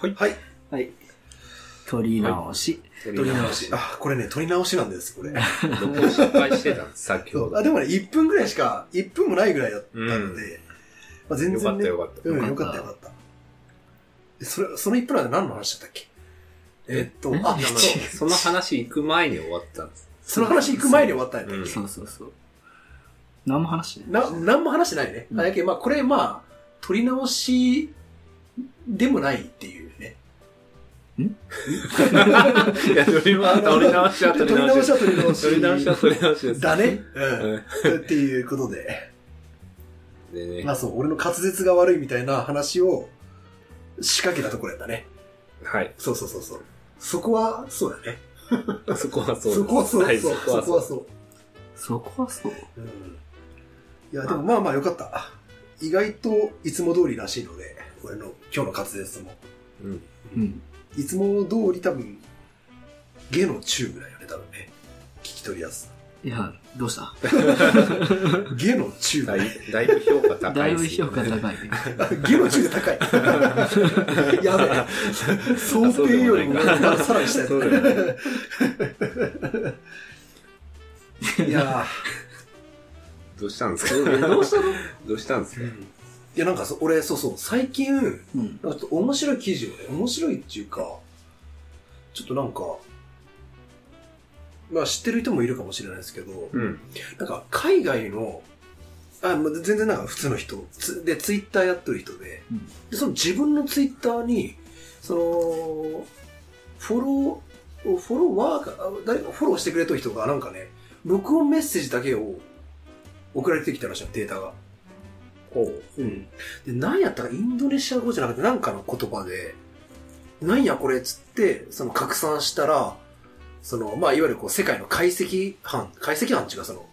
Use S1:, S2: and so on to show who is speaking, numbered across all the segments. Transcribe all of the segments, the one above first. S1: はい。
S2: はい。
S3: はい。取り直し。
S2: 撮り直し。あ、これね、撮り直しなんです、これ。
S1: 録音失敗してたんです、 先
S2: そ
S1: ほ
S2: う
S1: ど。
S2: あでもね、1分ぐらいしか、1分もないぐらいだったので、
S1: うん
S2: まあ、全
S1: よか
S2: 然
S1: っ
S2: ね、
S1: たよかった。
S2: うん、よかったよかった。でそれ、その1分間で何の話だったっけえっと、
S1: あ、
S2: あ、
S1: でも
S2: ち
S1: その話行く前に終わったんです。
S2: その話行く前に終わったんやったっ
S3: そうそうそう。何も話して
S2: け
S3: ない。
S2: な、何も話してないね。
S3: うん
S2: あだけどまあ、これ、まあ、撮り直しでもないっていうね。
S1: いや、撮り直し、撮り直しは撮
S2: 撮り
S1: り直
S2: 直
S1: し
S2: し。は撮り直し。
S1: 撮り直しは撮り直しです。
S2: だね。
S1: うん。
S2: うん。っていうことで、 ま
S1: でね
S2: あ、そう、俺の滑舌が悪いみたいな話を仕掛けたところやったね。
S1: はい。
S2: そうそうそうそう。そこは、そうだね。
S1: そこはそうです。
S2: そこはそう、
S1: はい
S2: そう、
S1: そこ
S2: そ
S1: は
S2: こ
S1: そ
S2: は
S1: う。
S2: そう。
S3: そこはそう。
S2: うんいや、でもまあまあよかった。意外といつも通りらしいので、俺の今日の滑舌も。
S1: うん。
S3: うん。
S2: いつも通り多分、ゲの中ぐらいよね、多分ね。聞き取りや す
S3: いや、どうした
S2: さ。ゲの中ぐ
S1: だ
S2: らい。
S1: いだいぶ評価高
S3: だい
S1: いで
S3: ぶ
S1: す
S3: 評
S1: よ。
S3: 価高い ね。
S2: ゲの中高い。 やべえ。想定よりもさらに下
S1: そうだよ
S2: やった。いや
S1: どうしたんですか
S3: どうしたの
S1: どうしたんです
S2: ー、
S1: か
S2: いやなんかそ俺、そうそう、最近、
S3: うん。
S2: なんかちょっと面白い記事をね、面白いっていうか、ちょっとなんか、まあ知ってる人もいるかもしれないですけど、
S1: うん。
S2: なんか海外の、あまあ全然なんか普通の人つで、ツイッターやってる人で、
S3: うん
S2: でその自分のツイッターに、その、フォロー、フォロワーが、あ誰かフォローしてくれた人がなんかね、録音メッセージだけを送られてきたらしいの、データが。
S1: ほう。
S2: うん。で、なんやったらインドネシア語じゃなくて、なんかの言葉で、なんやこれっつって、その拡散したら、その、まあ、いわゆるこう、世界の解析班、解析班っていうか、その、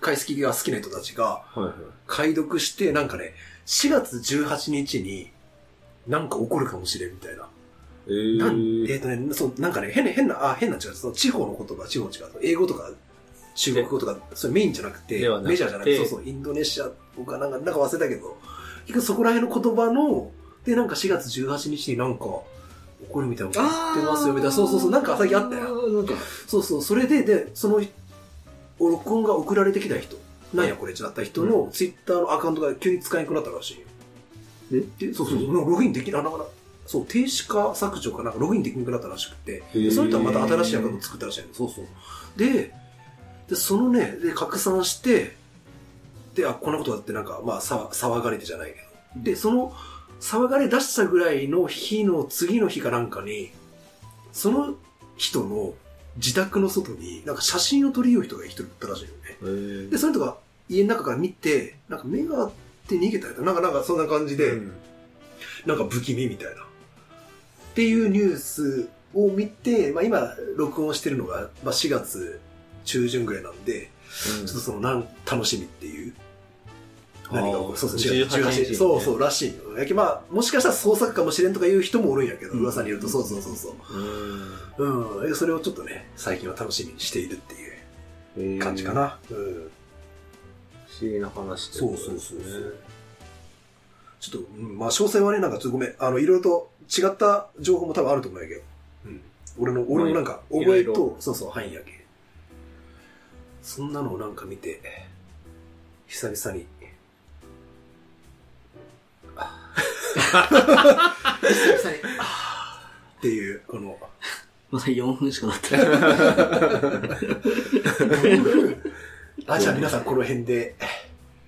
S2: 解析が好きな人たちが、
S1: はいはい。
S2: 解読して、なんかね、4月18日に、なんか起こるかもしれんみたいな。
S1: え
S2: なん
S1: ー
S2: えっ、とね、そう、なんかね、変な、変な、あ、変な違う、その地方の言葉、地方違う、その英語とか、中国語とか、それメインじゃなくて、
S1: ではなくて
S2: メジャーじゃなくて、そうそう、インドネシアとか、なんか、なんか忘れたけど、結局そこら辺の言葉の、で、なんか4月18日になんか、起こるみたいなこと言ってますよ、みたいな、そうそうそう、なんか最近あったよ。
S3: よ。なんか、
S2: そうそう、それで、で、その、録音が送られてきた人、なんやこれってなった人の、ツイッターのアカウントが急に使えなくなったらしいよ。
S3: え
S2: で、そうそうそう、ログインできなかな。そう、停止か削除かなんかログインできなくなったらしくて、
S1: へー
S2: でその人はまた新しいアカウント作ったらしいの。そうそう。で、で、そのね、で、拡散して、で、あ、こんなことだってなんか、まあ、さ騒がれてじゃないけど。で、その、騒がれ出したぐらいの日の次の日かなんかに、その人の自宅の外に、なんか写真を撮りよう人が一人いたらしいよね。
S1: えー
S2: で、その人が家の中から見て、なんか目があって逃げたりとか、なんか、なんかそんな感じで、
S1: うん
S2: なんか不気味みたいな。っていうニュースを見て、まあ、今、録音してるのが、まあ、4月中旬ぐらいなんで、ちょっとその、なん、楽しみっていう。
S1: あー
S2: 何が起こるそうそう、
S1: 18
S2: 18
S1: 日
S2: そうそう、らしいよ。やけまあ、もしかしたら創作かもしれんとかいう人もおるんやけど、
S1: うん
S2: 噂によると、そうそうそうそう
S1: うん。
S2: う。うん。それをちょっとね、最近は楽しみにしているっていう
S1: えー
S2: 感じか。な。うん。
S1: 不思議 な話ってことですね
S2: そうそうそうちょっと、うんまあ、詳細はね、なんかちょっとごめん。あの、いろいろと違った情報も多分あると思うんやけど。うん。俺の、俺のなんか、
S1: ま
S2: 覚
S1: あ
S2: え
S1: いろいろ
S2: と、そうそう、範囲やけ。そんなのをなんか見て、久々に。 久々に、あーっていう、こ の、
S3: まだ4分しかなってない。
S2: あ、じゃあ皆さんこの辺で。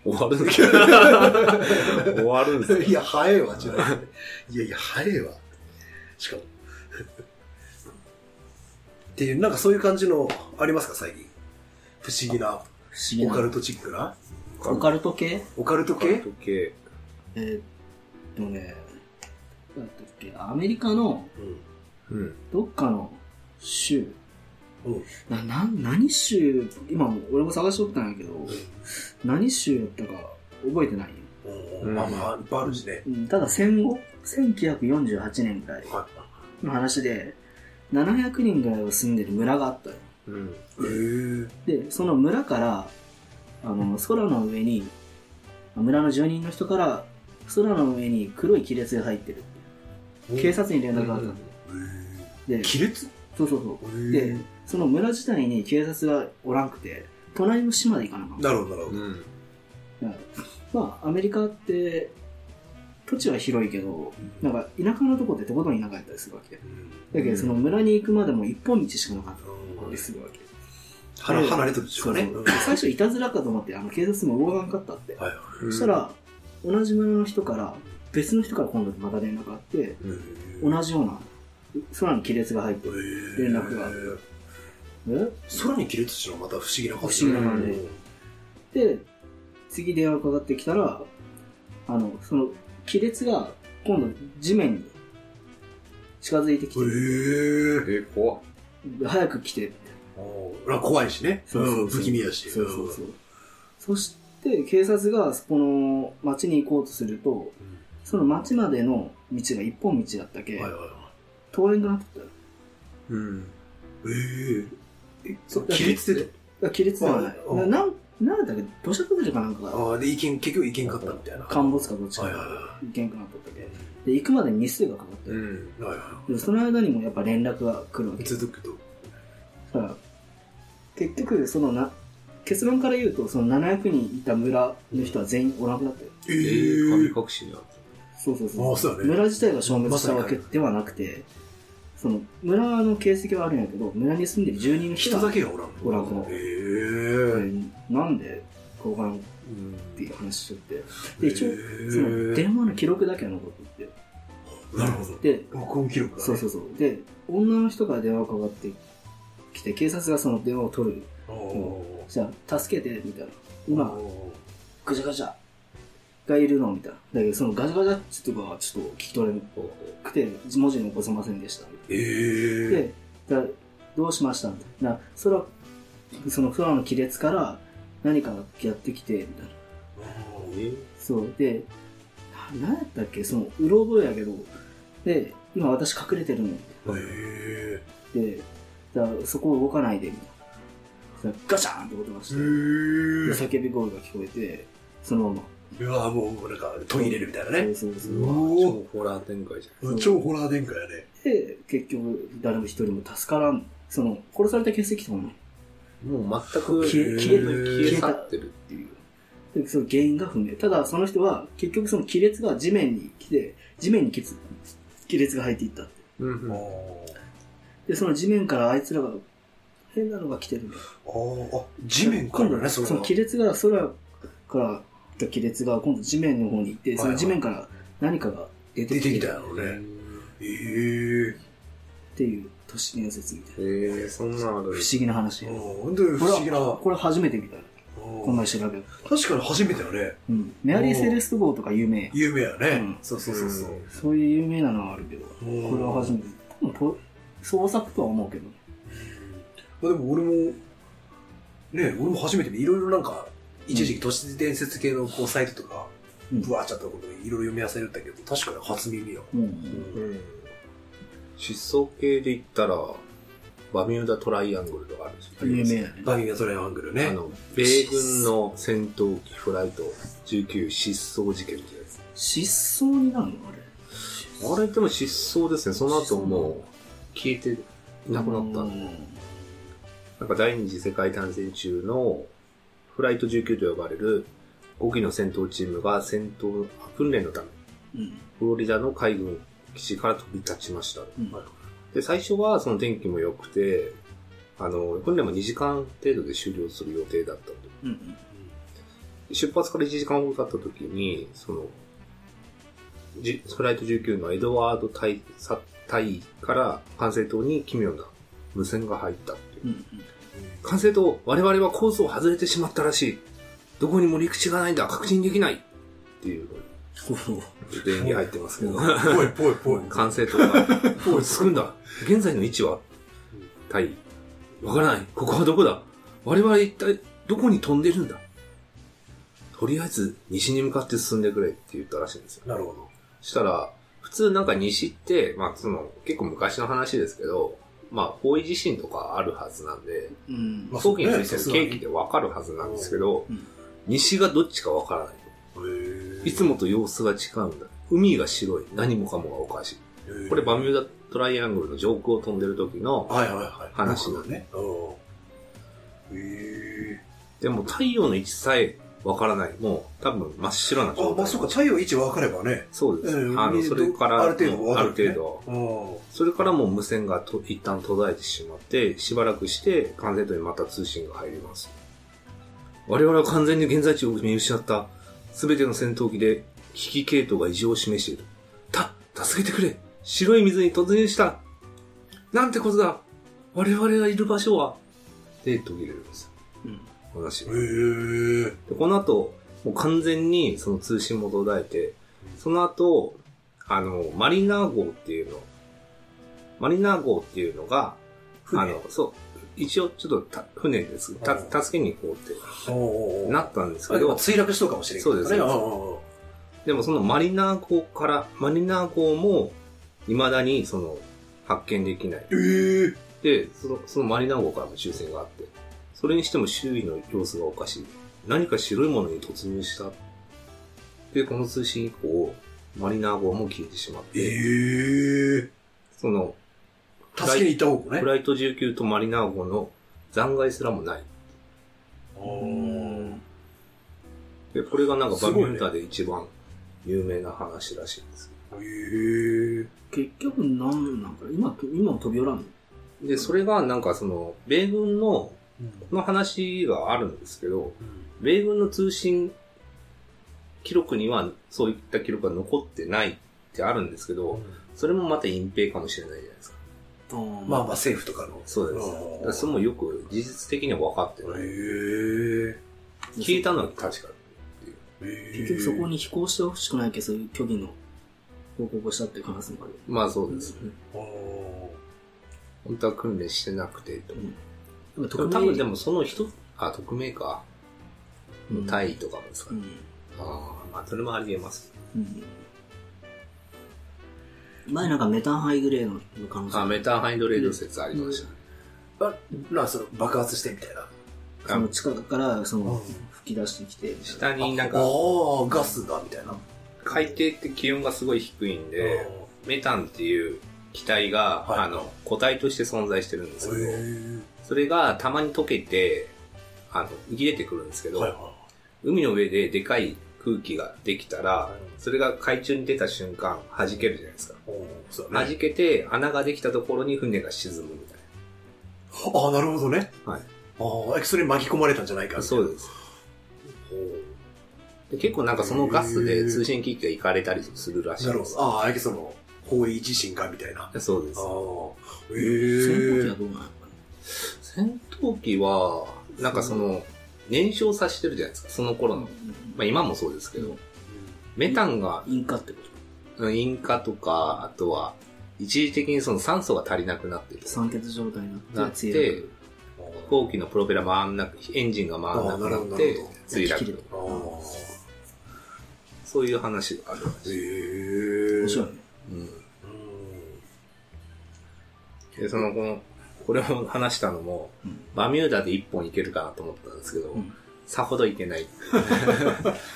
S1: 終わるんですか 終わるんですか
S2: いや、早いわ、違う。いやいや、早いわ。しかも。 っていう、なんかそういう感じの、ありますか、最近。不思議な、
S3: 不思議
S2: オカル
S3: な。
S2: トチックな。
S3: オカルト系
S2: オカルト
S1: オカル
S2: 系
S1: ト系
S3: えーっとね、なんだっけ、アメリカの
S2: うん。
S1: うん。
S3: どっかの州、
S2: うん。
S3: な、な、何州、今もう俺も探しとったんやけど、何州やったか覚えてないよ。
S2: うん。
S1: うん
S2: まあまあ、いっぱいあるしね。
S3: うんただ戦後、1948年ぐらい
S2: は
S3: の話で、700人ぐらいは住んでる村があったよ。
S1: うん。
S2: い。へぇ
S3: でその村からあの空の上に村の住人の人から空の上に黒い亀裂が入ってる警察に連絡があった
S1: うんん
S3: で、で、
S2: 亀裂
S3: そうそうそう。で、その村自体に警察がおらんくて、隣の市まで行かなあかん
S2: なるほど、なるほど。
S1: ん。
S3: まあ、アメリカって、土地は広いけど、なんか田舎のとこってとことん田舎やったりするわけ。だけど、その村に行くまでも一本道しかなかったりするわけ。
S2: 離離れてるっていうかね。
S3: そううんそう最初いたずらかと思って、あの、警察も動かんかったって。
S2: はいは
S1: そ
S3: そした、ら、同じ村の人から、別の人から今度また連絡があって、
S2: い。
S3: 同じような、空に亀裂が入ってる。
S2: へ
S3: 連
S2: ー
S3: 絡があっえ
S2: 空に亀裂っていうのはまた不思議な感じ
S3: 不思議な感じで、次電話かかってきたら、あの、その、亀裂が今度地面に近づいてきて、
S2: へえ。
S1: え、怖っ。
S3: 早く来てって。
S2: なんか怖いしね。
S3: そうそうそう
S2: うん不気味やし。
S3: そうそうそう。そして、警察がこの町に行こうとすると、
S2: うん
S3: その町までの道が一本道だったけ、
S2: はいはいは
S3: 通れんくなってたよ
S1: うん。
S2: い。へえ。え、そ
S3: だから
S2: 亀裂って
S3: だから亀裂ではない。
S2: ああ
S3: ななん、なんだっけ、土砂崩れかなんかが、
S2: ああ、で、意見、結局意見勝ったみたいな。
S3: 陥没かどっちか
S2: はいはいは
S3: 行けんくなっとったけ。で、行くまでに日数がかかって
S1: う
S3: る。
S1: ん。
S2: い。はいは
S3: でその間にもやっぱ連絡が来るわけ
S2: い。。続くと。
S3: だから結局そのな結論から言うとその700人いた村の人は全員おらんくなったよ
S2: え
S1: えー、神隠しにあっ。
S3: そうそう
S2: あ
S3: そ
S2: あ、そう
S3: う
S2: だね。
S3: 村自体が消滅したわけではなくてその村の形跡はあるんやけど村に住んでる住人の人
S2: 人
S3: が
S2: だけがおらん
S3: おらんくなった
S2: へ
S3: こ
S2: え。
S3: れなんで交換った
S1: うん
S3: ていう話しちゃってで一応
S2: へー
S3: その電話の記録だけは残ってて
S2: なるほど。
S3: で
S2: 録音記録がね。
S3: そうそうそうで女の人から電話かかってきて警察がその電話を取る
S2: お
S3: じゃあ助けてみたいな
S2: ー
S3: 今ガチャガチャがいるのみたいな。だけど、そのガチャガチャっつうとかはちょっと聞き取れなくて、文字に起こせませんでした。
S2: ええ。
S3: で、だどうしましたみたいな。空、その空の亀裂から何かがやってきて、みたいな。
S1: え
S3: そう。で、ななんやったっけその、うろ覚えやけど、で、今私隠れてるの。
S2: へえ。
S3: で、だそこを動かないで、みたいな。ガシャーンって音がして、で
S2: う
S3: 叫び声が聞こえて、そのまま。
S2: わ、もうなんか、途切れるみたいなね。
S3: そうそうそう
S1: うわ
S2: お
S1: 超ホラー展開じ
S3: ん
S2: 超ホラー展開やね。
S3: で、結局、誰も一人も助からん。その、殺された形跡とかもない
S1: ゃん。もう全く
S2: 消え
S1: 消
S2: 消
S1: え
S2: え
S1: 消え去ってる。
S3: っていう。で、その原因が不明。ただ、その人は、結局その亀裂が地面に来て、地面に亀裂亀裂が入っていったって。
S1: うん
S2: あ
S1: うん。
S3: で、その地面からあいつらが、変なのが来てるね。
S2: ーあ、地面か
S3: 今度
S2: ら
S3: は
S2: ね、
S3: そ
S2: それ
S3: の
S2: は。
S3: 亀裂が、空から来た亀裂が、今度地面の方に行って、
S2: はいはい
S3: その地面から何かが出て
S2: 出
S3: きて
S2: て
S3: る
S2: きたやろね。ええ。
S3: っていう都市伝説みたいな。
S1: えー、そんなんあ
S3: 不思
S1: る。
S3: 議な話。こ
S2: ほんとに不思議な。
S3: れは初めて見た。こんな調べる。
S2: 確かに初めてだね。
S3: うん。メアリー・セレスト号とか有名やん。
S2: 有名や
S3: うん
S2: ね。そうそうそうそう。
S3: そういう有名なのはあるけど、
S2: こ
S3: これは初めて。多分と創作とは思うけど。
S2: まあ、でも俺も、ね、俺も初めて見いろいろなんか、一時期都市伝説系のこうサイトとか、
S3: うん
S2: ぶわーっちゃったことでいろいろ読み漁れたけど、確かに初耳よ。
S3: うん。
S1: うん。失踪系で言ったら、バミューダトライアングルとかあるんですよ。
S3: 有名やね。
S2: バミがトライアングルね。
S1: あの、米軍の戦闘機フライト19失踪事件ってやつ。
S3: 失踪になるのあれ。
S1: あれでも失踪ですね。その後もう消えていなくなった
S3: うん
S1: で。なんか第二次世界大戦中のフライト19と呼ばれる5機の戦闘チームが戦闘訓練のため、
S3: うん。
S1: フロリダの海軍基地から飛び立ちました。
S3: うん
S1: で、最初はその天気も良くて、あの、訓練も2時間程度で終了する予定だったと。
S3: うん。
S1: 出発から1時間ほど経った時に、その、じフライト19のエドワード大佐隊から管制塔に奇妙な無線が入ったっていう。
S3: うん。
S1: 管制塔、我々はコースを外れてしまったらしい。どこにも陸地がないんだ、確認できないっていう、電源入ってますけど。
S2: ぽいぽいぽい。
S1: 管制塔が、おい、つくんだ。現在の位置は対、わからない。ここはどこだ我々一体どこに飛んでるんだとりあえず西に向かって進んでくれって言ったらしいんですよ。
S2: なるほど。
S1: そしたら、普通なんか西って、まあその、結構昔の話ですけど、まあ方位地震とかあるはずなんで、
S3: うん。
S2: まあ
S1: 早期について
S2: そう
S1: の
S2: ね
S1: 景気でわかるはずなんですけど
S3: うん、
S1: 西がどっちかわからない。
S2: へ
S1: いつもと様子が違うんだ。
S2: え
S1: 海が白い。何もかもがおかしい。
S2: うん
S1: これ、バミューダトライアングルの上空を飛んでる時の、
S2: はいはいはい。
S1: 話だ
S2: ね。うん。え
S1: でも太陽の位置さえわからない。もう多分真っ白な
S2: えあ、
S1: 状
S2: まあ
S1: 態。
S2: そうか、太陽位置分かればね。
S1: そうです。
S2: うん
S1: あの、
S2: 見る
S1: そ
S2: と
S1: れから、
S2: ある程度わか
S1: あ
S2: る
S1: る
S2: よね
S1: 程度。
S2: うん。
S1: それからもう無線がと一旦途絶えてしまって、しばらくして完全度にまた通信が入ります。我々は完全に現在地を見失った。すべての戦闘機で危機系統が異常を示している。た、助けてくれ白い水に突入したなんてことだ我々がいる場所はで、途切れるんです。
S3: うん
S1: 話が。
S2: へえ。
S1: でこの後、もう完全にその通信も途絶えて、その後、あの、マリナー号っていうの、マリナー号っていうのが、あの、そう、一応ちょっとた船です。た、助けに行こうって
S2: おうおうおう
S1: なったんです
S2: あ
S1: け
S2: でも
S1: ど、
S2: 墜落しそうかもしれないからね。
S1: そうで
S2: んん
S1: す
S2: うん
S1: でもそのマリナー号から、マリナー号も、未だにその、発見できない。
S2: ええ
S1: で、その、そのマリナー号からも抽選があって、それにしても周囲の様子がおかしい。何か白いものに突入した。で、この通信以降、マリナー号も消えてしまって、
S2: ええ
S1: その、
S2: 助けに行った方が
S1: フ
S2: ね。
S1: ライト19とマリナー号の残骸すらもない。
S2: うん
S1: で、これがなんか
S2: す
S1: バ
S2: ごいね
S1: ミューダで一番有名な話らしいんです。
S2: へえ。
S3: 結局なんなんか今今も飛び寄らんの
S1: で、それがなんかその、米軍の、この話があるんですけど、米軍の通信記録にはそういった記録が残ってないってあるんですけど、それもまた隠蔽かもしれないじゃないですか。
S2: まあまあ政府とかの。
S1: そうです。だからそれもよく事実的には分かって
S2: うん
S1: な
S2: へ
S1: い。
S2: え。
S1: 消えたのは確か
S3: 結局そこに飛行してほしくないけどそういう虚偽の報告をしたっていう可能性もあるよ
S1: まあそうです。
S3: ね
S2: あー。
S1: 本当は訓練してなくてと。
S3: うん
S1: 多分でもその人、あ、匿名か。
S3: うん
S1: タイとかもですか
S3: う
S1: ね。
S3: ん
S1: ああ、まあそれもあり得ます。
S3: うん前なんかメタンハイグレードの可能性
S1: あ、メタンハイドレード説ありましたね。
S2: あ、な、その爆発してみたいな。
S3: その地下からその
S2: うん
S3: 吹き出してきて
S1: あ下になん
S2: あ
S1: か、
S2: あ、ガスだ、みたいな。
S1: 海底って気温がすごい低いんで、メタンっていう気体が、
S2: はい
S1: あの、固体として存在してるんですけど、
S2: へ
S1: それがたまに溶けて、あの、浮き出てくるんですけ
S2: え。
S1: ど、
S2: はいは
S1: 海の上ででかい空気ができたら、それが海中に出た瞬間、弾けるじゃないですか。
S2: い。おーそうだ
S1: 弾
S2: ね。
S1: けて、穴ができたところに船が沈むみたい
S2: ああ、なるほどね。
S1: はい。
S2: ああ、えそれに巻き込まれたんじゃないか
S1: な。
S2: みたい
S1: そ
S2: な
S1: うです。で結構なんかそのガスで通信機器がいかれたりするらしい
S2: なる
S1: で
S2: ほ
S1: す。
S2: ど。ああ、あれその、方位地震かみたいな。あ
S1: そうで
S2: あ
S1: す。、
S2: へ
S3: 戦闘機
S2: え
S3: は。どうなのか
S1: 戦闘機は、なんかその、燃焼させてるじゃないですか、その頃
S3: な
S1: の。まあ今もそうですけど、メタンが
S3: インカってこと
S1: 引火とか、あとは、一時的にその酸素が足りなくなってる。
S3: 酸欠状態にな
S1: な
S3: っ
S1: ってて
S3: 墜落
S1: 飛行機のプロペラ回んなく、エンジンが回んなくな
S2: あなるほど
S1: っ
S2: なる
S1: て
S2: ほど、
S1: 墜
S3: 焼き切れ
S1: 落
S3: る。
S2: ああ、
S1: そういう話があるら
S2: へ
S1: しい。
S2: え。
S3: 面白いね
S1: うん
S2: うん
S1: で、その、この、これを話したのも、
S3: うん
S1: バミューダで一本行けるかなと思ったんですけど、
S3: うん
S1: さほど行 けない。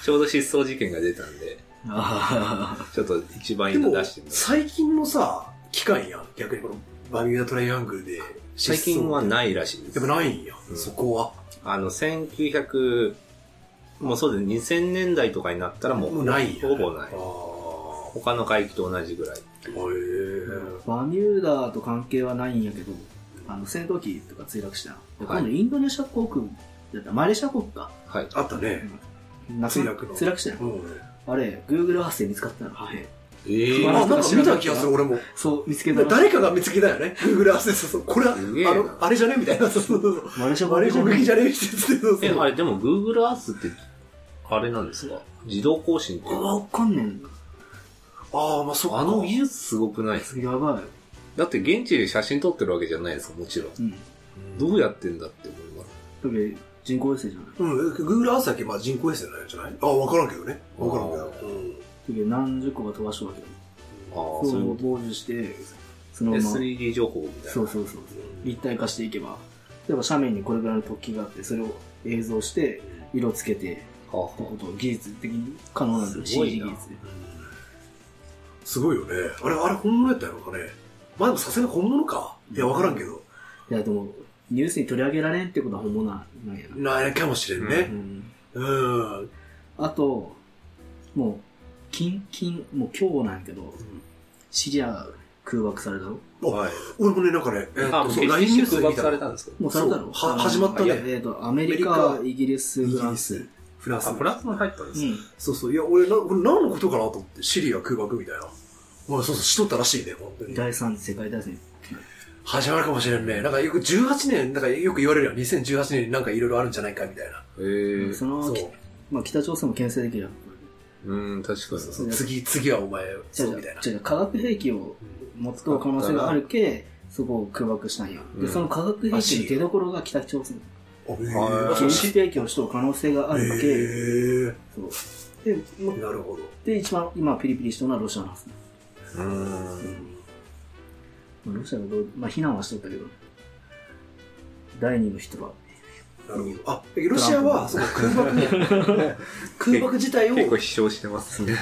S1: ちょうど失踪事件が出たんで、
S3: ああ
S1: ちょっと一番い
S2: で
S1: いの
S2: も
S1: 出してみ、た。
S2: 最近のさ、期間やん。逆にこの、バミューダトライアングルで。
S1: 最近は
S2: 失
S1: ないらしいで
S2: 踪。ですも。ないんや、
S1: うん
S2: そこは。
S1: あの、1900、もうそうですね、2000年代とかになったらもう、
S2: もうないんや。
S1: ほぼない
S2: あ。
S1: 他の海域と同じぐらい。
S2: あ。へえ。
S3: バミューダと関係はないんやけどあの戦闘機とか墜落したので
S1: はい
S3: 今度インドネシア航空だったマレーシア航空か
S1: はい。
S2: あったね。
S3: なく
S2: 墜落の
S3: 墜落したよ
S2: うん。
S3: あれ Google 発生見つかったの破片
S1: え
S3: ー
S2: あ、なんか見た気がする、俺も。
S3: そう見つけたら
S2: 誰かが見つけたよね。Google アセス、そうそう。これは、あ
S1: すげえな
S2: の、あれじゃねみたいな。そうそうそう。
S3: マレーシア
S2: あれ
S3: 航
S2: 攻
S3: 空
S2: 撃
S3: じ
S2: じ
S3: ゃ
S2: ゃねみたいな。そうそう
S1: え、
S2: そ
S1: あ
S2: う。
S1: れ、でも Google Earth って、あれなんですか自動更新っていう
S3: わかんねえんだ
S2: ああ、まあ、そっか。
S1: あの技術すごくないですか
S3: やばい
S1: だって現地で写真撮ってるわけじゃないですか、もちろん。
S3: うんだ
S1: どうやってんだって思います。
S3: けど人工衛星じゃない
S2: うん、Google アースだけ、まあ、人工衛星なんじゃないあ、わからんけどね。わからんけど。うん。
S3: だけど何十個か飛ばしとるわけよ
S1: ああ、そう
S3: そ
S1: いうう
S3: を
S1: こと。
S3: 傍受してその
S1: で
S3: まま
S1: 3D 情報みたいな。
S3: そうそうそう立体化していけば例えば斜面にこれぐらいの突起があってそれを映像して色つけてって
S1: はあは
S3: ことを技術的に可能なんだよ
S1: すごい
S3: CG
S1: な
S3: 技術で
S2: すごいよね。あれ、あれ本物やったのかね。まあでもさすがに本物か。いや、わからんけど。
S3: いや、でも、ニュースに取り上げられんってことは本物なんやな。
S2: なんやかもしれん
S3: う
S2: ね。
S3: ん。
S2: うん。うん。
S3: あと、もう、キンキン、もう今日なんやけど、シリア空爆されたの
S1: はい。
S2: 俺もね、なんかね、えっ
S1: あ、
S2: と、
S1: も
S2: そうう、LINE ニュースで
S1: 爆
S2: 見
S1: さ
S2: た
S1: れ
S2: ら
S1: たんですか
S3: もうされたの
S2: そうは
S3: あの
S2: 始まったね
S3: いやえっと、アメリカ、イギリス、フランス。うん。
S2: フランス
S1: あ、。フランスも入ったんですか
S2: そうそう。いや、俺、なこれ何のことかなと思って、シリア空爆みたいな。まあ、そうそう、しとったらしいね、本当に。
S3: 第三次世界大戦。
S2: 始まるかもしれんね。なんかよく18年、なんかよく言われるよ。2018年になんかいろいろあるんじゃないかみたいな。
S1: へえ。
S3: その
S2: そう
S3: き。まあ、北朝鮮も牽制できるやん。
S1: うん、確かに。
S2: そうそう次、次はお前、
S3: じゃ
S2: そうみたいな。
S3: じゃ化学兵器を持つ可能性があるけ、そこを空爆したんや。
S1: う
S3: で、
S1: ん
S3: その化学兵器の出所が北朝鮮。
S2: あ、へ
S1: はい
S2: ー
S3: 軍事提供しとる可能性があるわけ。
S2: へ
S3: そう。で、も
S2: ーなるほど。
S3: で、一番今ピリピリしてるのはロシアなんですね。
S1: うん。
S3: まあロシアがどう、まあ、非難はしとったけど、第二の人は、
S2: なるほど。あ、ロシアは、その空爆に、空爆自体を、
S1: 結構飛翔してますね。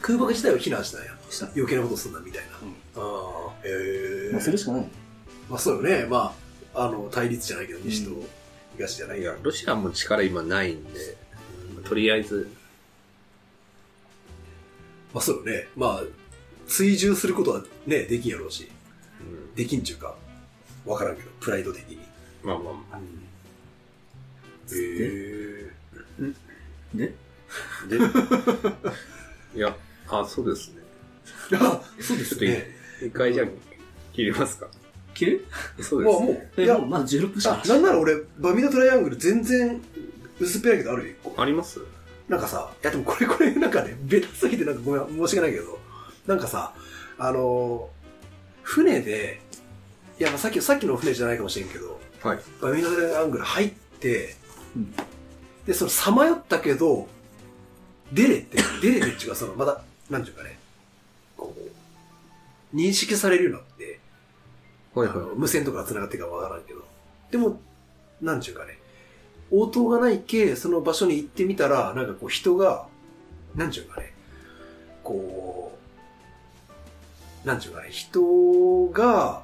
S2: 空爆自体を非難したんや。
S3: した。
S2: 余計なことすんな、みたいな。
S3: うん
S2: ああ、へえ
S3: まあ、するしかないよね。
S2: まあ、そうよね。まあ、あの、対立じゃないけど、西と
S3: う
S2: 東じゃない
S1: い
S2: や
S1: や、ロシアも力今ないんで、とりあえず、
S2: まあ、そうよね。まあ、追従することはね、できんやろうし、できんちゅうか、わからんけど、プライド的に。
S1: まあまあま
S2: へえ
S3: で、
S1: あ。で、いや、あ、そうですね。
S2: あ、そうで
S1: ちょ
S2: す
S1: っとい
S2: ね。
S1: 一回じゃあ、切りますか。
S3: 切る
S1: そう
S2: まあ、
S1: です
S2: も
S1: ね。
S2: う、
S3: え、
S2: い
S3: も
S2: や
S3: う、まだ16分しか
S2: あなんなら俺、バミダトライアングル全然薄っぺらいけどあるよ、一個。
S1: あります
S2: なんかさ、いやでもこれこれなんかね、ベタすぎてなんかごめん、申し訳ないけど、なんかさ、あのー船で、いやまあさっき、さっきの船じゃないかもしれんけど、
S1: はい。
S2: バミダトライアングル入って、
S3: うん
S2: で、そのさまよったけど、出れって、出れてっていうか、その、まだ、なんていうかね、こう、認識されるようになって、
S1: はい
S2: あの
S1: は
S2: 無線とかが繋がってるかわからんけど。でも、なんちゅうかね、応答がないけ、その場所に行ってみたら、なんかこう人が、なんちゅうかね、こう、なんちゅうかね、人が、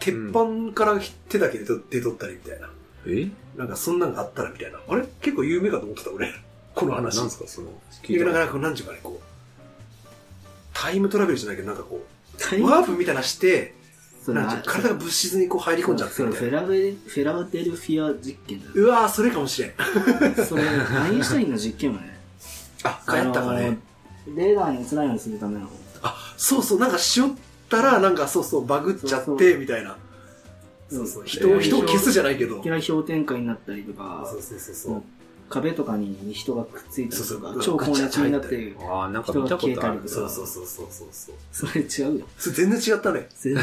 S2: 鉄板から手だけ出と出とったりみたいな。
S1: い。え
S2: なんかそんなんがあったらみたいな。あれ結構有名かと思ってた俺。 この話。
S1: なんですか、その、
S2: いやなんかなんかこう、なんちゅうかね、こう、タイムトラベルじゃないけど、なんかこ
S3: な
S2: う、
S3: い。
S2: ワープみたいなして、
S3: それ
S2: なんていうの体が物質にこう入り込んじゃって
S3: それ
S2: み
S3: フ
S2: たい
S3: ェ
S2: な。
S3: ラベフェラデルフィア実験だ
S2: うわー、それかもしれん。
S3: よ。それ、アインシュタインの実験はね、
S2: あ、帰ったかね。
S3: あのー。レーダーに映らないようにするための。
S2: あ、そうそう、なんかしよったら、なんかそうそう、バグっち
S3: そ
S2: ゃっ
S3: うそ
S2: て、みたいな。そうそう、人
S1: え
S2: を、
S1: ー
S2: 人を消すじゃないけど。
S3: いきなり氷点下になったりとか、
S2: そうそうそうそう。
S3: 壁とかに人がくっついたり
S2: そ
S3: と
S2: う
S3: か
S2: そ、う
S3: 超高熱になっ
S2: ガチャ
S3: て、
S1: ああ、なんか見たことある。
S2: そうそうそうそうそうそう。
S3: それ違うよ。
S2: それ全然違ったね。
S3: 全然、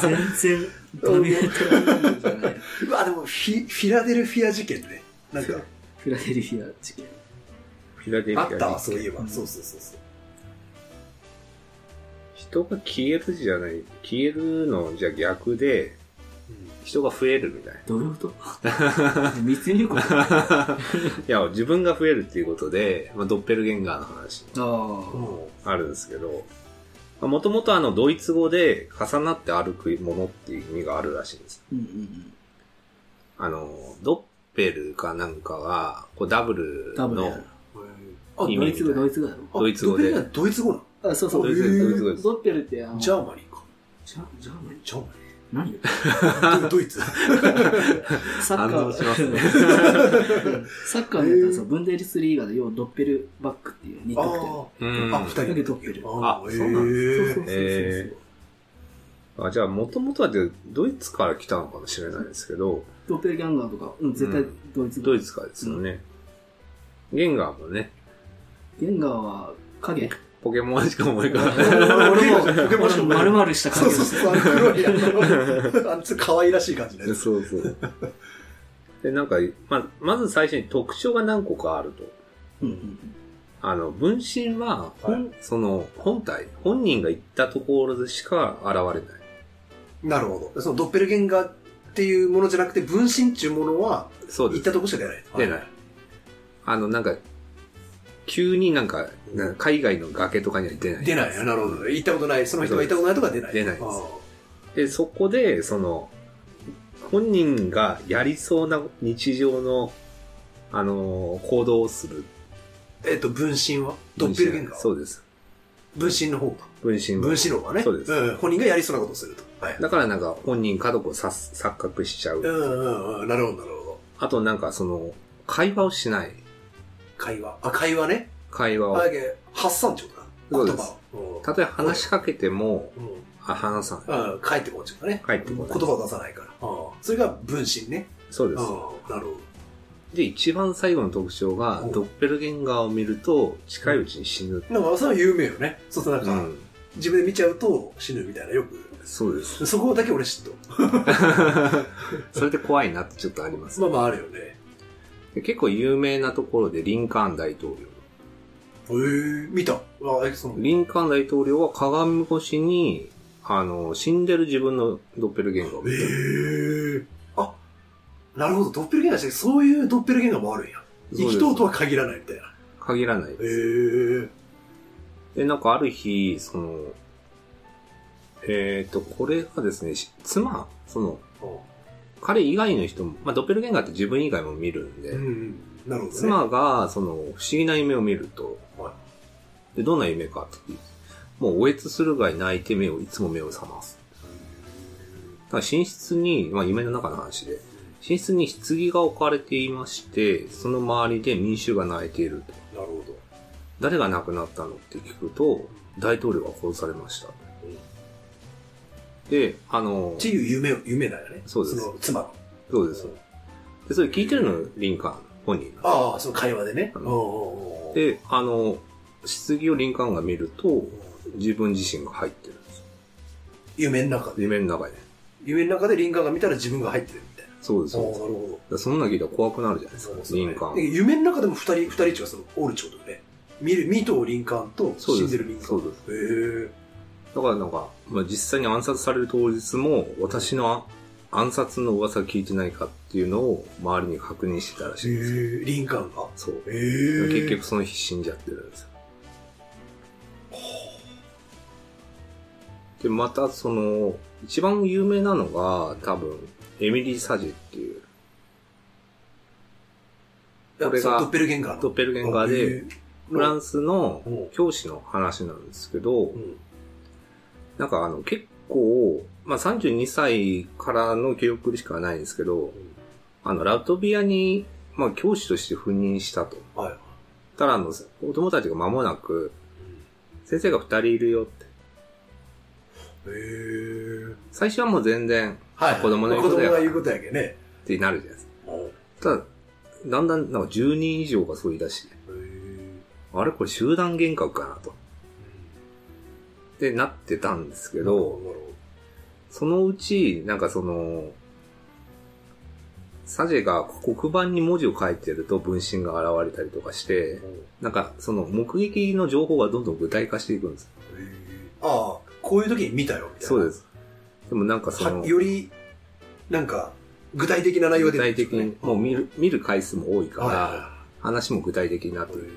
S3: 全然、ダメだったじゃない。
S2: うわ、でもフィ、フィラデルフィア事件ね。なんか、
S3: フィラデルフィア事件。
S1: フィラデルフィ
S2: あ
S1: ア実験
S2: ったわ、そういえば。
S3: うん
S2: そうそうそうそう。
S1: 人が消えるじゃない、消えるのじゃ逆で、人が増えるみたいな。
S3: どういう こと密入国あ
S1: いや、自分が増えるっていうことで、まあ、ドッペルゲンガーの話
S2: うん
S3: あ。
S2: も
S1: あるんですけど、もともとあの、ドイツ語で重なって歩くものっていう意味があるらしいんです。
S3: うんうん
S1: あの、ドッペルかなんかが、こうダブル
S3: ダブルや
S1: の
S3: る、
S2: う
S3: う
S2: あ
S3: ん。
S1: 意
S3: ド
S1: 味
S3: イツ語、ドイツ語だろ。
S2: あ
S1: ドイツ語で
S2: ドイドイツ語なの
S3: あ、そうそう。
S1: ドイツ語ドイツ語です
S3: ドッペルって、あの、
S2: ジャーマニーか。
S3: ジャジャーマン
S2: ジャーマ
S3: 何よ
S2: ニー。ドイ ツ。
S3: サッカ
S1: 反応しますね
S3: ー、 サッカーのやったらさ、
S2: へ
S3: ブンデリスリーガで要ドッペルバックっていう二
S2: あ
S3: 得点。
S2: ー
S1: うん
S2: あ、二人
S3: だけ撮ってる
S1: あそうなんだ
S3: そう
S2: へ
S3: そうそうそう
S2: ー
S1: えあじゃあ、もともとはでドイツから来たのかもしれないですけど、
S3: ドッペルギャンガーとか、うん、絶対ドイツ語。
S1: ドイツからですよね。ゲンガーもね、
S3: ギャンガーは影
S1: ポケモンしか思い浮かばない。
S3: 俺も、
S2: ポケモンしか
S3: 俺も
S2: 思い浮かばない
S3: 丸々した
S2: そう
S3: 影。
S2: そうそう、あの黒い、あの、あのちょっと可愛らしい感じね。
S1: そうそう。 で、なんか、ま、まず最初に特徴が何個かあると。
S3: うんうん
S1: あの、分身は、本その、本体、本人が行ったところでしか現れない。
S2: なるほど。そのドッペルゲンガーっていうものじゃなくて、分身っていうものは、
S1: そう
S2: 行
S1: で
S2: った
S1: す。
S2: とこしか出ない。
S1: 出ない。あの、なんか、急になんか、な海外の崖とかには出ない。
S2: 出ない。なるほど。行ったことない。その人が行ったことないとか出ない。
S1: 出ないです
S2: あ
S1: で、そこで、その、本人がやりそうな日常の、あのー行動をする。
S2: ーえっと、分身はドッペルゲンガー
S1: そうです。
S2: 分身の方か。
S1: 分身
S2: 分身の方がね。
S1: そうです
S2: ん。本人がやりそうなことをすると。はい。
S1: だからなんか本人かどうかを察す錯覚しちゃう。
S2: うんうんうん。なるほど、なるほど。
S1: あとなんかその、会話をしない。
S2: 会話。あ、会話ね。
S1: 会話を
S2: あ、。だけ発散ってこと
S1: そう
S2: だ。言
S1: で
S2: 葉
S1: す
S2: を。
S1: たとえ話しかけても、
S2: うん。うん
S1: あ、話さない。
S2: うん。帰ってこっちゃうからね。
S1: 帰って
S2: 言
S1: こない。
S2: 葉を出さないから。うん。それが分身ね。
S1: そう
S2: うん。
S1: で
S2: な
S1: す
S2: る。ほど。
S1: で、一番最後の特徴が
S2: うん、
S1: ドッペルゲンガーを見ると、近いうちに死ぬ。
S2: なんか、それは有名よね。そうそう、なん
S1: う
S2: か、
S1: ん。
S2: 自分で見ちゃうと死ぬみたいな、よく。
S1: そうです。
S2: そこだけ俺知っとる。
S1: それで怖いなってちょっとあります。
S2: まあまああるよね。
S1: で結構有名なところで、リンカーン大統領。
S2: へえ見た。あ、え、その、
S1: リンカーン大統領は鏡越しに、あの、死んでる自分のドッペルゲンガーを
S2: え
S1: 見た。
S2: えあ、なるほど、ドッペルゲンガーして、そういうドッペルゲンガーもあるんや。
S1: そう
S2: 生
S1: です
S2: きとうとは限らないみたいな。
S1: 限らない
S2: ええ
S1: です。で、なんかある日、その、えっ、と、これがですね、し妻、その、彼以外の人も、まあ、ドッペルゲンガーって自分以外も見るんで、
S2: うんうん。なるほどね。
S1: 妻が、その、不思議な夢を見ると、
S2: は
S1: で、どんな夢かって言って、もう、おえつするがい泣いて目を、いつも目を覚ます。だから寝室に、まあ、夢の中の話で、寝室に棺が置かれていまして、その周りで民衆が泣いていると。
S2: なるほど。
S1: 誰が亡くなったのって聞くと、大統領が殺されました。で、あの、
S2: っていう夢を、夢だよね。
S1: そうです
S2: その妻の。
S1: そうです。で、それ聞いてるの、リンカーン本人が。
S2: ああ、その会話でね。
S1: うん
S2: おうおうおう、
S1: で、あの、棺をリンカーンが見ると、自分自身が入ってるんです。
S2: 夢の中で。
S1: 夢の中で。
S2: 夢の中でリンカーンが見たら自分が入ってるみたいな。
S1: そうです、
S2: あ
S1: そう
S2: あ
S1: です。だか
S2: なるほ
S1: らそんなん聞いたら怖くなるじゃ
S2: ど。
S1: ないです
S2: そ
S1: か
S2: う、です
S1: リ
S2: よ
S1: ン
S2: ね
S1: カーン。
S2: で夢の中でも二人、二人っていうかその、オールちょうどね。見る、ミートリンカーンと
S1: そう
S2: 死
S1: で
S2: ん
S1: す
S2: でるリンカー
S1: そ
S2: ン。
S1: うで
S2: へ
S1: す。
S2: え。
S1: だからなんか、まあ、実際に暗殺される当日も、私のあ暗殺の噂聞いてないかっていうのを周りに確認してたらしいんですよ。
S2: へえリンカーンが
S1: そう。
S2: ええ
S1: 結局その日死んじゃってるんですよ。で、またその、一番有名なのが多分、エミリー・サジェっていう、これが
S2: そのドッペルゲンガーの
S1: ドッペルゲンガーで、フラ
S2: ン
S1: ンスの
S2: うん
S1: 教師の話なんですけど
S2: う、ん
S1: なんかあの結構、まあ、32歳からの記憶しかないんですけど、あの、ラトビアに、まあ、教師として赴任したと。
S2: はい
S1: たらあの、子供たちが間もなく、先生が二人いるよって。
S2: へえ
S1: 最初はもう全然っ
S2: はい
S1: 子供の言う
S2: 子
S1: こと
S2: 供
S1: や
S2: が言うことやけね
S1: てなるじゃないです
S2: へ
S1: か。ただ、だんだんなんか10人以上がそう言い出して、
S2: え
S1: あれこれ集団幻覚かなと。ってなってたんですけど、
S2: なる
S1: そのうち、なんかその、サジェが黒板に文字を書いてると分身が現れたりとかして
S2: ほ、ど
S1: なんかその目撃の情報がどんどん具体化していくんです。
S2: へえああこういう時に見たよみたいな
S1: そうですす。でもなんかその、
S2: よりなんか具体的な内容が
S1: 具
S2: 出て
S1: 体
S2: くる
S1: 的に、もう見る、見る回数も多いか
S2: はいはい
S1: ら、
S2: は
S1: 話も具体的になって
S2: い
S1: る。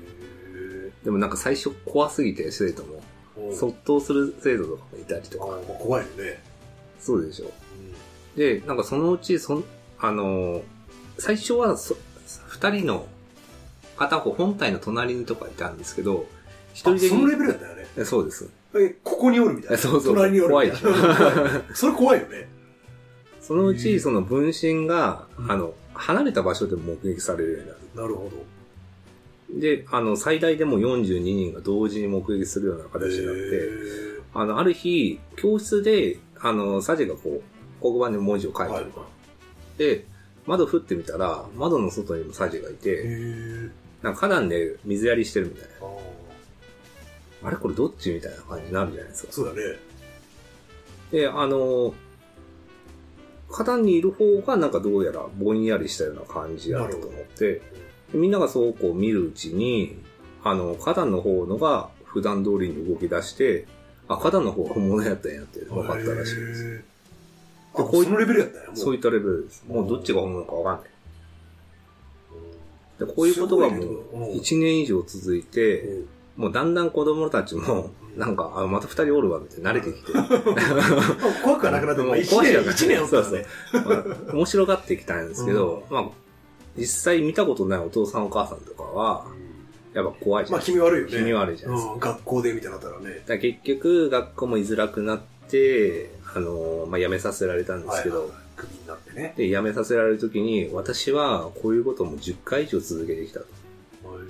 S2: へ
S1: でもなんか最初怖すぎて生徒も、
S2: え
S1: 卒倒する生徒とかもいたりと
S2: ああ
S1: か、
S2: 怖いよね
S1: そうでしょ。
S2: うん
S1: で、なんかそのうち、そん、あのー最初はそ、二人の、片方本体の隣にとかいたんですけど、一人
S2: あ
S1: で
S2: そのレベルだったよね
S1: えそうです。
S2: えここにおるみたい
S1: え
S2: な
S1: そうそう。
S2: 隣にお
S1: 怖
S2: る
S1: い
S2: み
S1: でしたょ
S2: いな。 それ怖いよね
S1: そのうち、その分身が
S2: う、ん
S1: あの、離れた場所でも目撃されるようにな
S2: なるほど
S1: る。で、あの、最大でも42人が同時に目撃するような形になっ
S2: へ
S1: て、
S2: え
S1: あの、ある日、教室で、あの、サジェがこう、黒板に文字を書いてる。で、窓振ってみたら、窓の外にもサジェがい
S2: へ
S1: て、
S2: え
S1: なんか花壇で水やりしてるみたいな。
S2: ああ
S1: あれこれどっちみたいな感じになるじゃないですか。
S2: そうだね
S1: で、あの、花壇にいる方がなんかどうやらぼんやりしたような感じだったと思って、でみんながそうこう見るうちに、あの、花壇の方のが普段通りに動き出して、あ、花壇の方が本物やったんやって分かったらしいです。
S2: へえあ
S1: でこうい
S2: そのレベルやったんやもう
S1: そういったレベルです。もうどっちが本物か分かんない。でこういうことがもう
S2: う
S1: 1年以上続いて、もうだんだん子供たちも、なんか、あ、また二人おるわ、みたいに慣れてきて。
S2: 怖くはなくなっても、
S1: もう
S2: 1
S1: 怖いよ
S2: 年、
S1: ね
S2: 一年やったら
S1: そう
S2: ね。
S1: まあ面白がってきたんですけど、まあ、実際見たことないお父さんお母さんとかは、やっぱ怖いじゃ
S2: ま
S1: な
S2: あ、
S1: いです
S2: 気味悪いよ
S1: か。
S2: ね。
S1: 気味悪いじゃないですか。
S2: うん、学校でみたいになったらね。
S1: だから結局、学校も居づらくなって、あのーまあ、辞めさせられたんですけど、
S2: はいはいはい、クビになってね。
S1: で、辞めさせられるときに、私はこういうことも10回以上続けてきたと。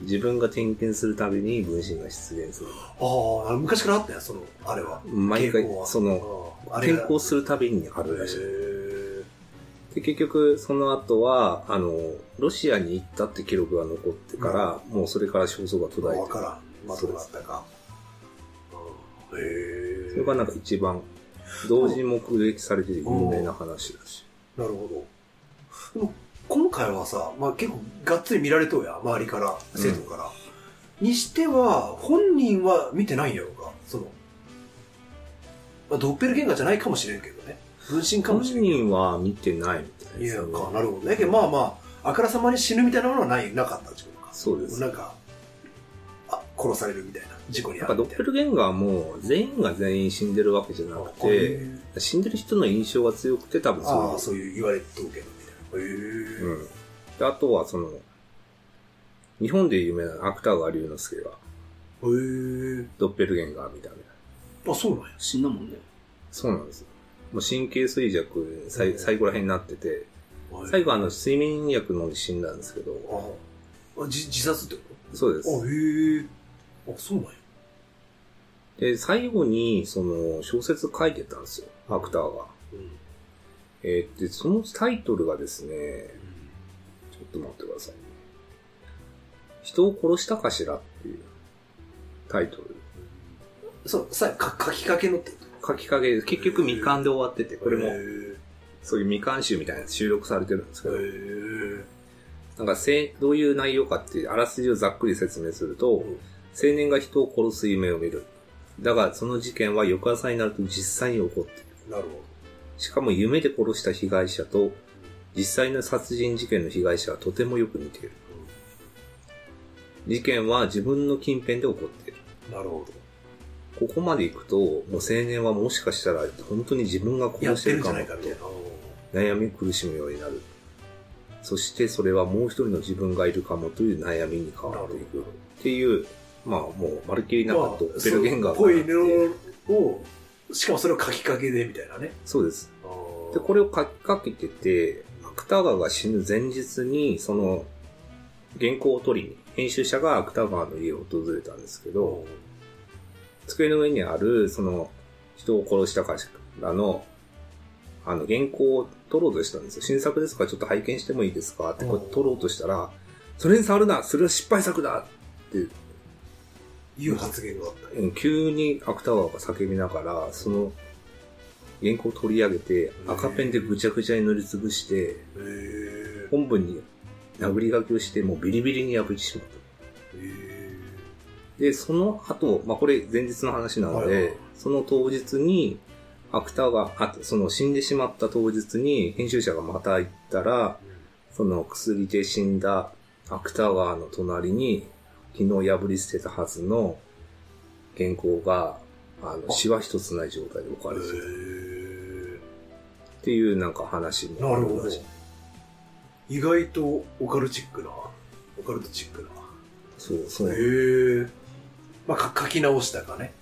S1: 自分が点検するたびに分身が出現する。
S2: ああ、昔からあったよ、その、あれは。
S1: 毎回
S2: 傾向、は
S1: その、、
S2: うんあれ
S1: 転
S2: が
S1: 校するたびにあ
S2: へ
S1: るらしい。
S2: ー
S1: で、結局、その後は、あの、ロシアに行ったって記録が残ってから、もうそれから焦燥が途
S2: わ
S1: 絶
S2: か
S1: えて、
S2: らん。まあ、どうなったか。うんへえ。
S1: それがなんか一番、同時に目撃されてる有名な話だし
S2: なるほど。でも、今回はさ、まあ結構がっつり見られとうや、周りから、生徒から。にしては、本人は見てないんやろうか、その。まあ、ドッペルゲンガーじゃないかもしれんけどね。分身か
S1: 本
S2: もしれんけど。
S1: 人は見てないみたい
S2: い
S1: です
S2: や
S1: よね。
S2: か、なるほどね。けどまあまあ、あからさまに死ぬみたいなものはない、なかったってことか。
S1: そうです。
S2: なんか、あ、殺されるみたいな、事故に
S1: な
S2: あ
S1: んか
S2: っ
S1: ド
S2: み
S1: ッ
S2: たい
S1: ペルゲンガーも全員が全員死んでるわけじゃな
S2: な。
S1: くて、死んでる人の印象が強くて多分
S2: ああ、
S1: そ
S2: そういう言われとうけど、みたいな。へ
S1: う
S2: え
S1: いう。うん。であとはその、日本で有名な芥川龍之介が
S2: へ
S1: ドッペルゲンガーみたいな。
S2: え。あ、そうなんや。
S3: 死んだもんね。
S1: そうなんですよ。もう神経衰弱、さい最後ら辺になってて、最
S2: 後。
S1: 後あの睡眠薬飲んで死んだんですけど、
S2: あ、じ自殺ってこと
S1: そうで
S2: あ、
S1: す。
S2: へえ。あ、そうなんや。
S1: で、最後にその小説書いてたんですよ、アクターが。
S2: うん。
S1: えーで、そのタイトルがですね、ちょっと待ってくださいね。人を殺したかしらっていうタイトル。
S2: そう、さ、か、書きかけのってこ
S1: 書きかけです、結局未完で終わってて、
S2: と
S1: これ
S2: へ
S1: も、
S2: え
S1: そういう未完集みたいなの収録されてるんですけど、
S2: へえ。
S1: なんかせ、どういう内容かっていう、あらすじをざっくり説明すると、
S2: ん
S1: 青年が人を殺す夢を見る。だが、その事件は翌朝になると実際に起こっている。
S2: なるほど。
S1: しかも夢で殺した被害者と、実際の殺人事件の被害者はとてもよく似ている。事件は自分の近辺で起こっている。
S2: なるほ
S1: ここまで行くと、もう青年はもしかしたら本当に自分が
S2: ど。や
S1: 殺
S2: って
S1: してる
S2: るんじ
S1: か
S2: ゃ
S1: も
S2: ない
S1: と
S2: かみたいな。
S1: 悩み苦しむようになる。そしてそれはもう一人の自分がいるかもという悩みに変わっていく。っていう、まあもうまるっきりなんかドッペルゲンガー
S2: ぽい
S1: かなっていう
S2: のを、しかもそれを書きかけでみたいなね。
S1: そうです。で、
S2: で
S1: これを書きかけてて、芥川が死ぬ前日に、その、原稿を取りに、編集者が芥川の家を訪れたんですけど、机の上にある、その、人を殺したからの、あの、原稿を取ろうとしたんですよ。新作ですからちょっと拝見してもいいですかって、これ取ろうとしたら、それに触るなそれは失敗作だ
S2: いう発言があったり。
S1: うん急に芥川が叫びながら、その、原稿を取り上げて、赤ペンでぐちゃぐちゃに塗りつぶして、
S2: へ
S1: 本文に殴り書きをして、もうビリビリに破ってしまった。
S2: え。へ
S1: で、その後、まあ、これ前日の話なの
S2: はいはい
S1: で、その当日に、芥川、あその死んでしまった当日に、編集者がまた行ったら、その薬で死んだ芥川の隣に、昨日破り捨てたはずの原稿が、あの、
S2: あ
S1: シワ一つない状態で置かれてる
S2: え。
S1: っていうなんか話も
S2: な
S1: あ
S2: る
S1: る
S2: ほど
S1: らしい。。
S2: 意外とオカルチックな、オカルトチック
S1: そう、そ
S2: な。
S1: う。
S2: へえ。まあ、か書き直したか ね。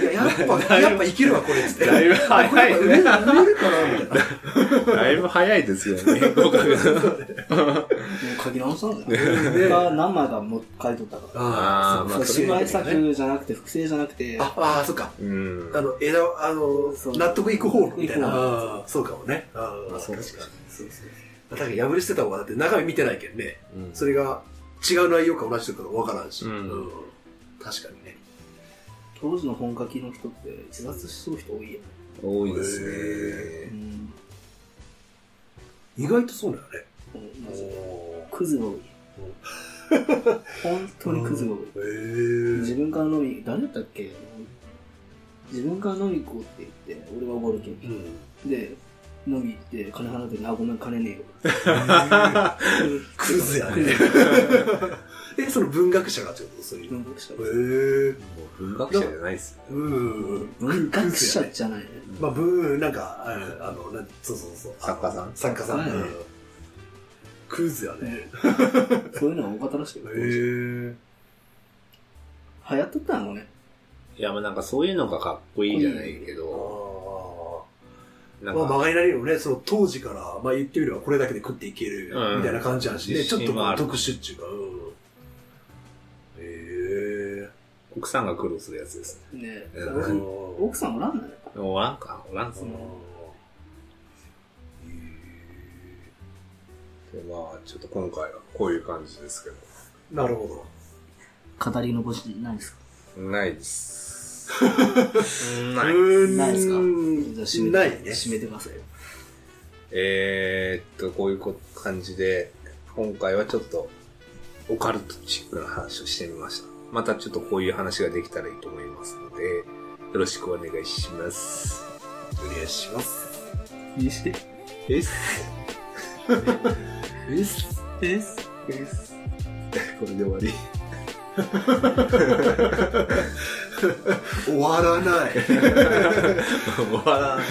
S2: いややっぱ、やっぱ生きるわ、これっつって。
S1: だいぶ
S2: あこれやっぱ売れる売れるかなみたいな。
S1: だいぶ早いですよ ね、原稿書くの
S3: もう書き直したんだよ。
S2: ね
S3: 僕は何枚かもう書いとったから。
S1: あー
S3: そう
S1: まあそれ
S3: 失
S1: も
S3: 敗作じゃなくて、複製じゃなくて、
S2: あ、あーそっか。
S1: うん
S2: あの、枝、あの
S3: そう、
S2: 納得いく方みたいな。
S3: 納得い
S2: あーそうかもね。あー
S1: あそう
S2: 確
S1: 確
S2: か
S1: か
S2: に。
S3: そうそう
S2: だから破り捨てた方がだって中身見てないけんね。
S1: うん
S2: それが違う内容か同じとかわからんし。
S1: うん
S2: うん確かにね。
S3: 当時の本書きの人って、自殺しそう人多いよね。
S1: 多いで
S3: う
S1: すね。
S3: ん。
S2: 意外とそうだよね。
S3: マジでクズが多い。本当にクズが多い。
S2: へ
S3: 自
S2: ー
S3: 分から飲み、誰だったっけ自分から飲み行こうって言って、俺がおごるけん。
S2: うん。
S3: で、飲み行って金払ってて、あ、ごめん、金ねえよ。
S2: クズやね。 え、その文学者がってことそういう。
S3: 文学者
S2: へー
S1: もう文学者じゃないですよ。
S2: うん。
S3: 文学者
S2: クズやね
S3: じゃないね。
S2: まあ、ブー、なんか、あのあの、なんそうそうそう。
S1: 作家さん
S2: 作家さん。
S3: はい
S2: うんクズやね。
S3: そういうのが多かったらしく
S2: へ
S3: て。流
S2: ー
S3: 行っとったのね。
S1: いや、まあなんかそういうのがかっこいいじゃないけ
S2: あ
S1: ど、
S2: ー
S1: なん
S2: まあ、
S1: か、
S2: まがいなりにもね、その当時から、まあ言ってみればこれだけで食っていける
S1: うん
S2: みたいな感じなんしね、
S1: 自
S2: ちょっ
S1: 信
S2: とこ
S1: はあ
S2: う
S1: る
S2: 特殊っていうか、うん。へえ
S1: 奥さんが苦労するやつですね。
S3: ね
S1: う
S3: 奥さんおらんのよ。
S1: おらんか、おらんっす
S2: う
S1: ね
S2: ん。
S1: でまあ、ちょっと今回はこういう感じですけ
S2: なるほ
S3: 語り残しないですか
S1: ど。ないです。
S2: ど。
S1: ない。
S2: う
S3: ないですかじゃあ締めて
S2: ないね。
S3: 締めてくださいよ。
S1: えー、っと、こういうこ感じで、今回はちょっと、オカルトチックな話をしてみました。またちょっとこういう話ができたらいいと思いますので、よろしくお願いします。
S2: お願いします。
S3: いいして。
S1: えす。えす。
S3: です。
S1: です。これで終わり。
S2: 終わ らない。
S1: 終わらない。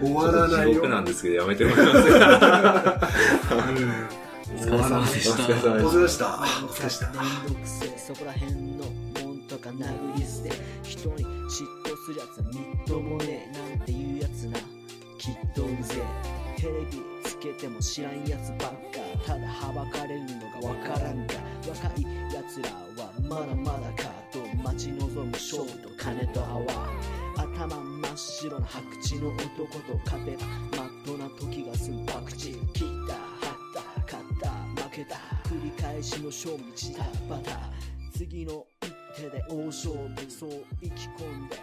S2: 終わらない
S1: 地
S2: よ。
S1: 獄なんですけど、やめてもらえませんか
S3: お疲れ様でし
S1: お疲れ
S3: た
S1: 様。
S2: お疲れ様でした。お疲れ様でした。
S4: めんどくせえそこら辺のもんとか殴り捨て人に嫉妬するやつはみっともねえなんていうやつなきっとうぜえテレビつけても知らんやつばっかただはばかれるのがわからんか若いやつらはまだまだかと待ち望む勝負と金と泡頭真っ白な白痴の男と勝てばまっとうな時が済む博打切った張った勝った負けた繰り返しの勝負ジタバタ次の一手で大勝負そう意気込んで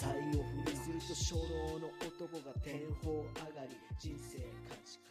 S4: 才を振りすると初老の男が天保上がり人生勝ちか